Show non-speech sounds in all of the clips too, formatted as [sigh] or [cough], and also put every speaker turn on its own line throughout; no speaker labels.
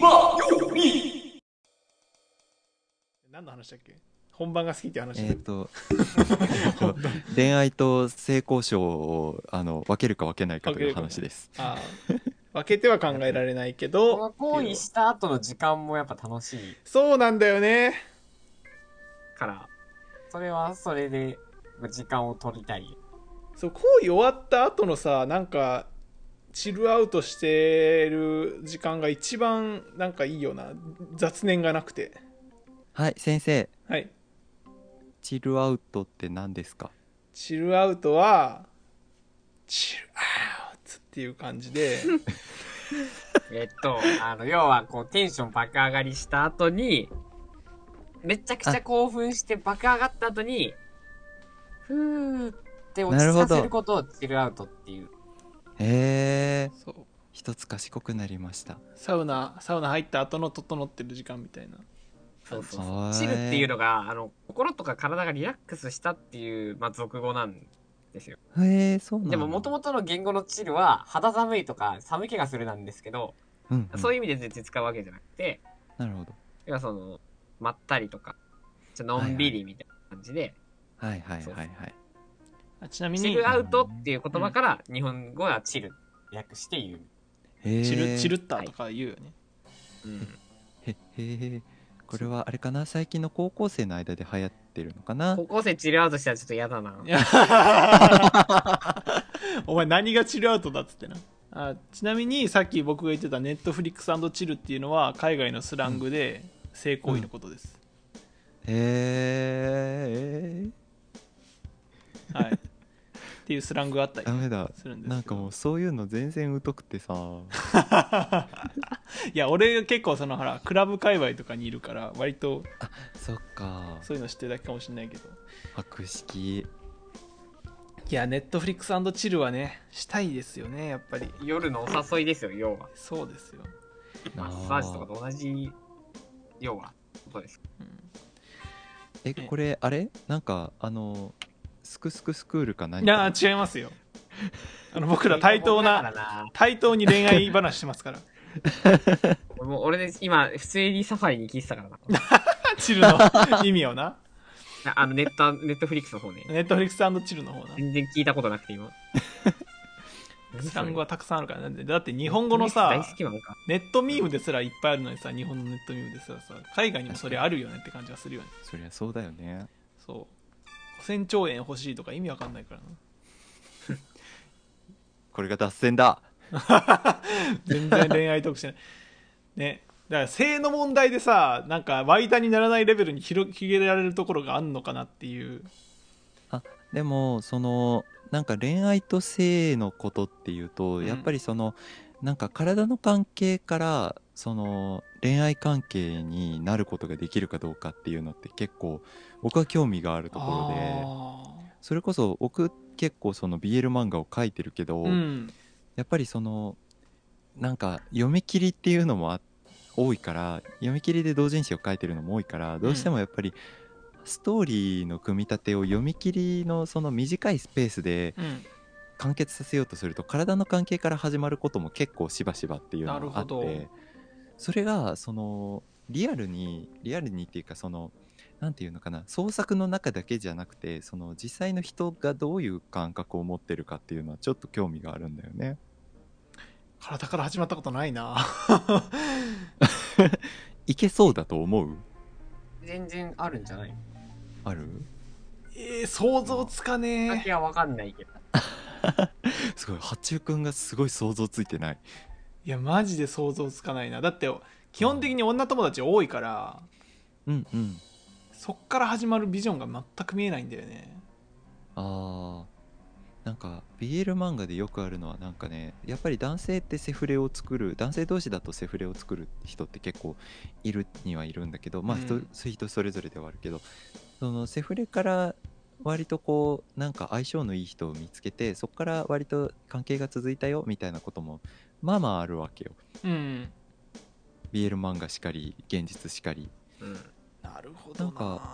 マヨに
何の話だっけ本番が好きって話、
えっ、と [laughs] 恋愛と性交渉をあの分けるか分けないかという話です。
あー分けては考えられないけど
[laughs] この行為した後の時間もやっぱ楽しい
そうなんだよね
から、それはそれで時間を取りたい。
そう行為終わった後のさなんかチルアウトしてる時間が一番なんかいいよな雑念がなくて
はい先生
はい
チルアウトって何ですか
チルアウトはチルアウトっていう感じで
えっと、 [laughs] あの、要はこうテンション爆上がりした後に、めちゃくちゃ興奮して爆上がった後に、ふーって落ち着かせることをチルアウトっていう。
へえ
[laughs] そう
一つ賢くなりました
サウナサウナ入った後の整ってる時間みたいな
そうそう
は
そ。
いう
チルっていうのが、あの、心とか体がリラックスしたっていう、まあ、俗語なんですよ。
へえそうなんだ
でも、元々の言語のチルは、肌寒いとか寒気がするなんですけど、
うんうん
そういう意味で全然使うわけじゃなくて、
なるほど
要はその、まったりとか、ちょっとのんびりみたいな感じで、
はいはい
そう
は
そ
いうはい
あちなみ
チ
に
ルアウトっていう言葉から、日本語はチル、略して言う。
へえ
チルチルッタとか言うよね、
うん
へへえこれはあれかな最近の高校生の間で流行ってるのかな
高校生チルアウトしたらちょっと嫌だな。
いや [laughs] お前何がチルアウトだっつってなあちなみにさっき僕が言ってたネットフリックスチルっていうのは海外のスラングで性行為のことです、
へえ
はいっていうスラングがあったり
ダメだ
するんですけど
なんかもうそういうの全然疎くて
[laughs]
さ
いや俺結構そのほらクラブ界隈とかにいるから割と
そっか
そういうの知ってるだけかもしれないけど
博識
いやネットフリックスチルはねしたいですよねやっぱり
夜のお誘いですよ、要は。
そうですよ、
マッサージとかと同じ、要は、ことです。
うん
え
ね
これあれなんかあのスクスクスクールか何
いや
か
違いますよあの僕ら対等な
だからな。
対等に恋愛話してますから
俺も俺で今、普通にサファリに聞いてたからな。
チルの意味をな。
[laughs] なあの、ネット、ネットフリックスの方ね。
ネットフリックスチルの方な。
全然聞いたことなくて [laughs] 今。
スラングはたくさんあるからね。だって日本語のさ
大、好きなのか。
ネットミームですらいっぱいあるのにさ、日本のネットミームですらさ、海外にもそれあるよねって感じがするよね。
そりゃそうだよね
そう。5000兆円欲しいとか意味わかんないから
これが脱線だ
な。全然恋愛トークしてない。 [laughs] ね。だから性の問題でさ、なんか湧いたにならないレベルに広げられるところがあんのかなっていう。
でもそのなんか恋愛と性のことっていうと、
ん
やっぱりそのなんか体の関係からその恋愛関係になることができるかどうかっていうのって結構僕は興味があるところでそれこそ僕結構その BL 漫画を描いてるけど、
あーうん。
やっぱりそのなんか読み切りっていうのもあ多いから読み切りで同人誌を書いてるのも多いからどうしてもやっぱりストーリーの組み立てを読み切りのその短いスペースで
うん。
完結させようとすると体の関係から始まることも結構しばしばっていうのがあっ
なるほ
てそれがそのリアルにリアルにっていうかそのなんていうのかな創作の中だけじゃなくてその実際の人がどういう感覚を持ってるかっていうのはちょっと興味があるんだよね。
体から始まったことないな。
いけそうだと思う
全然あるんじゃない
ある
[laughs] えー、想像つかねえ
先。はわかんないけど。
すごい八中くんがすごい想像ついてない
いやマジで想像つかないなだって基本的に女友達多いから
うんうん
そっから始まるビジョンが全く見えないんだよね
あーなんか BL 漫画でよくあるのはなんかねやっぱり男性ってセフレを作る男性同士だとセフレを作る人って結構いるにはいるんだけどまあ人,、
うん
人それぞれではあるけどそのセフレから割とこうなんか相性のいい人を見つけてそこから割と関係が続いたよみたいなこともまあまああるわけよ
うん
BL 漫画しかり現実しかり
うん。
なるほ
どななん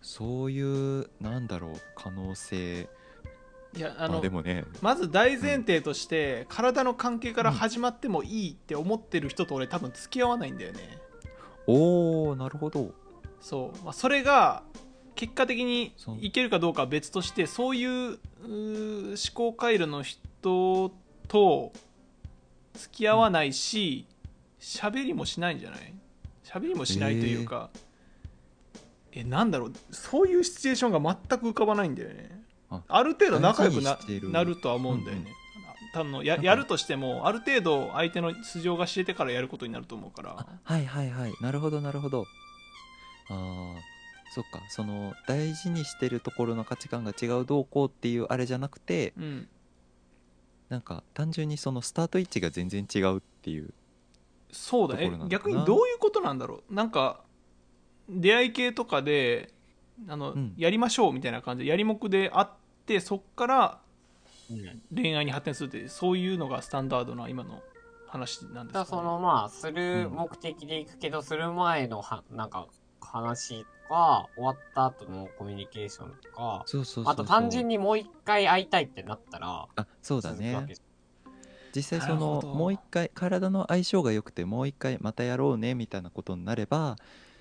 そういうなんだろう可能性
いやあ
ま
の
あでもね
まず大前提として、体の関係から始まってもいいって思ってる人と俺多分付き合わないんだよね
おおなるほど
そう、まあ、それが結果的に
そう
いけるかどうかは別としてそういううー思考回路の人と付き合わないし喋、りもしないんじゃない喋りもしないというか、えなんだろうそういうシチュエーションが全く浮かばないんだよね
あ
ある程度仲良くな
大事にしてる
なるとは思うんだよね、
うんう
多分や
なんか
やるとしてもある程度相手の素性が知れてからやることになると思うから
あはいはいはいなるほどなるほどああそっかその大事にしてるところの価値観が違うどうこうっていうあれじゃなくて
うん
なんか単純にそのスタート位置が全然違うっていう
そうだ
とこ
ね
ろなのかな
逆にどういうことなんだろうなんか出会い系とかであの、
うん
やりましょうみたいな感じでやりもくで会ってそっから恋愛に発展するってそういうのがスタンダードな今の話なんですか、
だ
ね、
そのまあ、する目的で行くけど、する前のは、なんか、話とか、終わった後のコミュニケーションとか、
そうそうそうそう
あと単純にもう一回会いたいってなったら、
あそうだ
続くわ
ね
けじ
実際そ
なる
の
ほど
もう一回体の相性が良くてもう一回またやろうねみたいなことになれば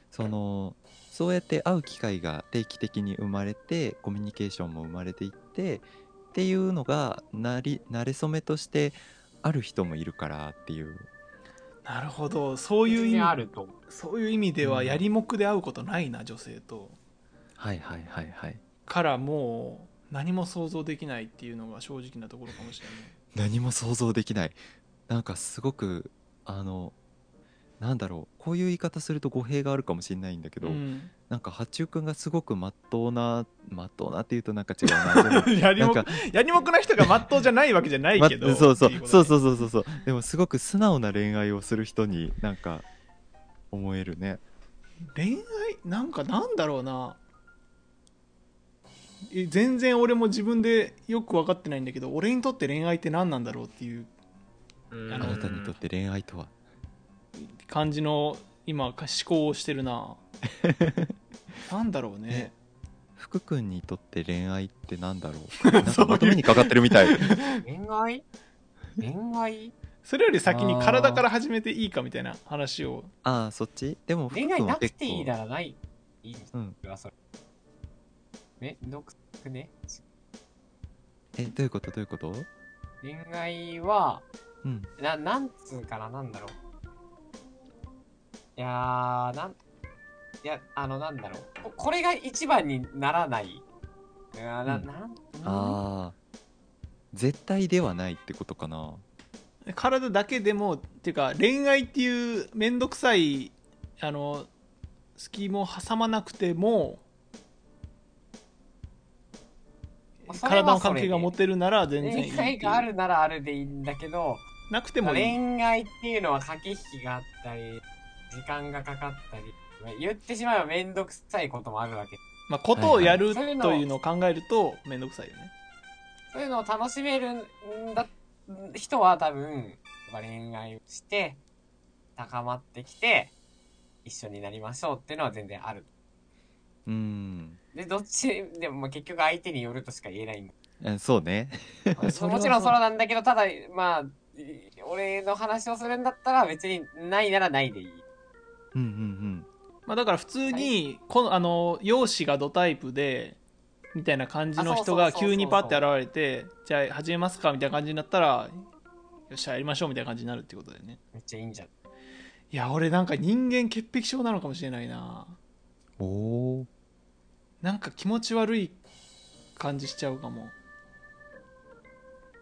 そのそうやって会う機会が定期的に生まれてコミュニケーションも生まれていってっていうのがなり慣れ初めとしてある人もいるからっていう
なるほどそう
ゃん
いう
全
意
然あ
味
ると思う。
そういう意味では
うん
やりもくで会うことないな女性と
はいはいはいはい
からもう何も想像できないっていうのが正直なところかもしれない
何も想像できないなんかすごくあのなんだろうこういう言い方すると語弊があるかもしれないんだけど、
うん、 [laughs]
なんか八中くんがすごくまっとうなまっとうなって言うとなんか違うなでも
[laughs] やり
なん
も
か
くやりもくな人がまっとうじゃないわけじゃないけど、
まそうそう
っていこと
そう
ね
そうそうそうそうでもすごく素直な恋愛をする人になんか思えるね
恋愛なんかなんだろうなえ全然俺も自分でよく分かってないんだけど俺にとって恋愛って何なんだろうっていう
うん
あ
あ
の
なたにとって恋愛とは
感じの今か思考をしてるななんだろうね
福くんにとって恋愛ってなんだろ [laughs] うなん
そうい
か
う
まとめにかかってるみたい [laughs]
恋愛恋愛
それより先に体から始めていいかみたいな話を
ああそっちでも福
恋
く
愛
んは
なく
結
ていいな
構
らない。いい
うん
わ、それ。めんどくさくね
えどういうことどういうこと
恋愛は、
うん
な、なんつうかな、なんだろう。いやー、なん、いや、あの、なんだろう。ここれが一番にならない。い
う
やーな、
ん
なん、なん
ああ絶対ではないってことかな
体だけでもっていうか恋愛っていう面倒くさいあの隙間を挟まなくても
まあそれは
体の関係が持てるなら全然いい
恋
ってい
愛
う
があるならあるでいいんだけど、
なくてもいい
恋愛っていうのは駆け引きがあったり、時間がかかったり、まあ言ってしまえばめんどくさいこともあるわけ。
まあ、ことをやる
はいはい
というのを考えると面倒くさいよね。
そういうのを楽しめるんだ人は多分、まあ恋愛をして、高まってきて、一緒になりましょうっていうのは全然ある。
うん
で、どっちでもまあ結局相手によるとしか言えないんだ。
えそうね
ま
[laughs]
あ
それは
もちろんそうなんだけど、ただ、まあ、い俺の話をするんだったら別にないならないでいい。
うんうん
まあ、だから普通にこのあの容姿がドタイプでみたいな感じの人
あ
が
そうそうそうそう
急にパッて現れてじゃあ始めますかみたいな感じになったらよっしゃやりましょうみたいな感じになるってことだよね。
めっちゃいいんじゃん。
いや俺なんか人間潔癖症なのかもしれないな。
うんおお
なんか気持ち悪い感じしちゃうかも。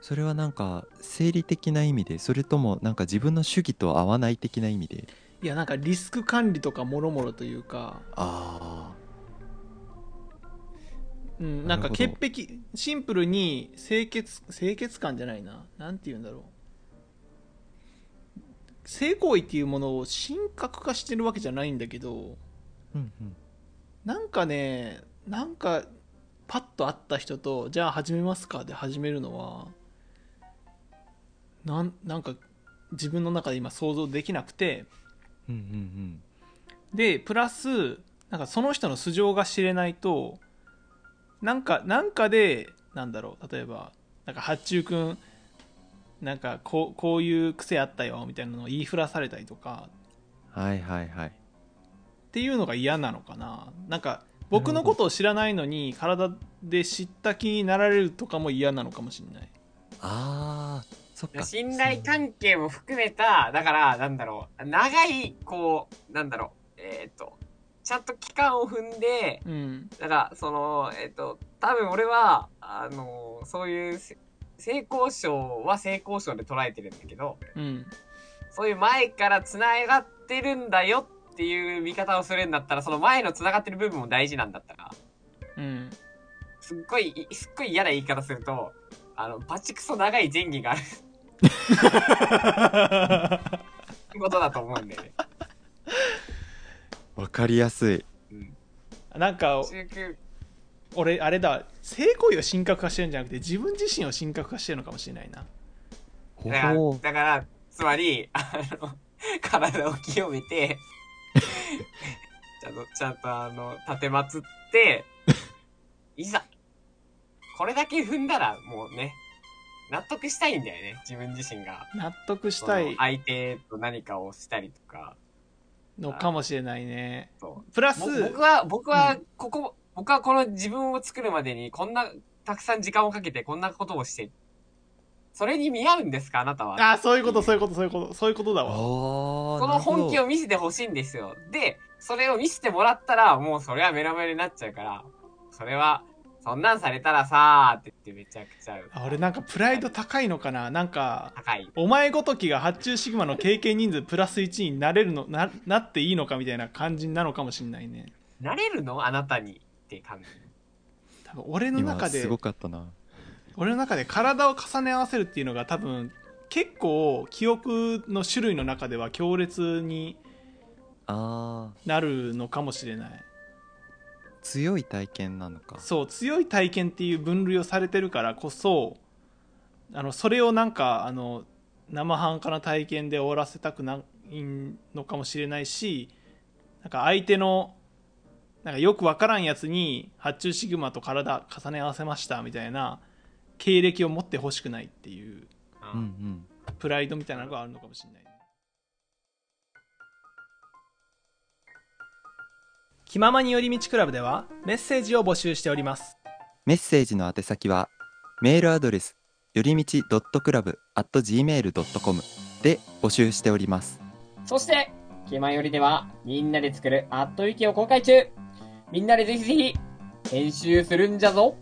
それはなんか生理的な意味でそれともなんか自分の主義と合わない的な意味で
いやなんかリスク管理とかもろもろというか
ああ
うん、な
なんる
か
ほど
潔癖シンプルに清潔清潔感じゃないななんて言うんだろう性行為っていうものを神格化してるわけじゃないんだけど
うんうん
なんかねなんかパッと会った人と「じゃあ始めますか」で始めるのはなんなんか自分の中で今想像できなくて
うんうん
でプラスなんかその人の素性が知れないとなんかなんかでなんだろう例えばなんか八中くんなんかこうこういう癖あったよみたいなのを言いふらされたりとか
はいはいはい
っていうのが嫌なのかななんか僕のことを知らないのに体で知った気になられるとかも嫌なのかもしれない
あーそっか
信頼関係も含めた、だから、なんだろう、長い、こう、なんだろう、えーっと、ちゃんと期間を踏んで、
うん
だから、その、えーっと、多分俺は、あの、そういうせ、性交渉は性交渉で捉えてるんだけど、
うん
そういう前から繋がってるんだよっていう見方をするんだったら、その前の繋がってる部分も大事なんだったら、
うん
すっごい、いすっごい嫌な言い方すると、あの、バチクソ長い前戯があることだと思うんだよね。
わかりやすい
うん。
なんか
中級、
俺あれだ性行為を神格化してるんじゃなくて自分自身を神格化してるのかもしれないな
ほ
だから
ほ、
だから、つまり、あの、 [laughs] 体を清めて、ちゃんと、ちゃんとあの、立てまつって、いざ、これだけ踏んだら、もうね、納得したいんだよね、自分自身が。
納得した
そ
い
の相手と何かをしたりとか、
のかもしれないね
そう。
プラス
ぼ僕は、僕は
う、
ここ、僕はこの自分を作るまでに、こんな、たくさん時間をかけて、こんなことをして、それに見合うんですか、あなたは。
あーそういうことそういうことそういうことそういうことだ
あ
わ
ー
こ
な
の
るほど
本気を見せてほしいんですよ。で、それを見せてもらったら、もうそれはメロメロになっちゃうから、それは、そんなんされたらさーって言ってめちゃくちゃ
あ俺なんかプライド高いのかななんか
高い。
お前ごときが発注シグマの経験人数プラス1になれるのななっていいのかみたいな感じなのかもしれないね
なれるのあなたにって感じ。
多分俺の中
今
です
ごかったな
俺の中で体を重ね合わせるっていうのが多分結構記憶の種類の中では強烈に
あー
なるのかもしれない
強い体験なのか
そう強い体験っていう分類をされてるからこそあのそれをなんかあの生半可な体験で終わらせたくないのかもしれないしなんか相手のなんかよくわからんやつに発注シグマと体重ね合わせましたみたいな経歴を持ってほしくないっていう
うんうん
プライドみたいなのがあるのかもしれない。気ままに寄り道クラブではメッセージを募集しております。
メッセージの宛先はメールアドレスよりみち .club.gmail.com で募集しております
そして、気まよりでは、みんなで作るあっという間を公開中みんなでぜひぜひ、編集するんじゃぞ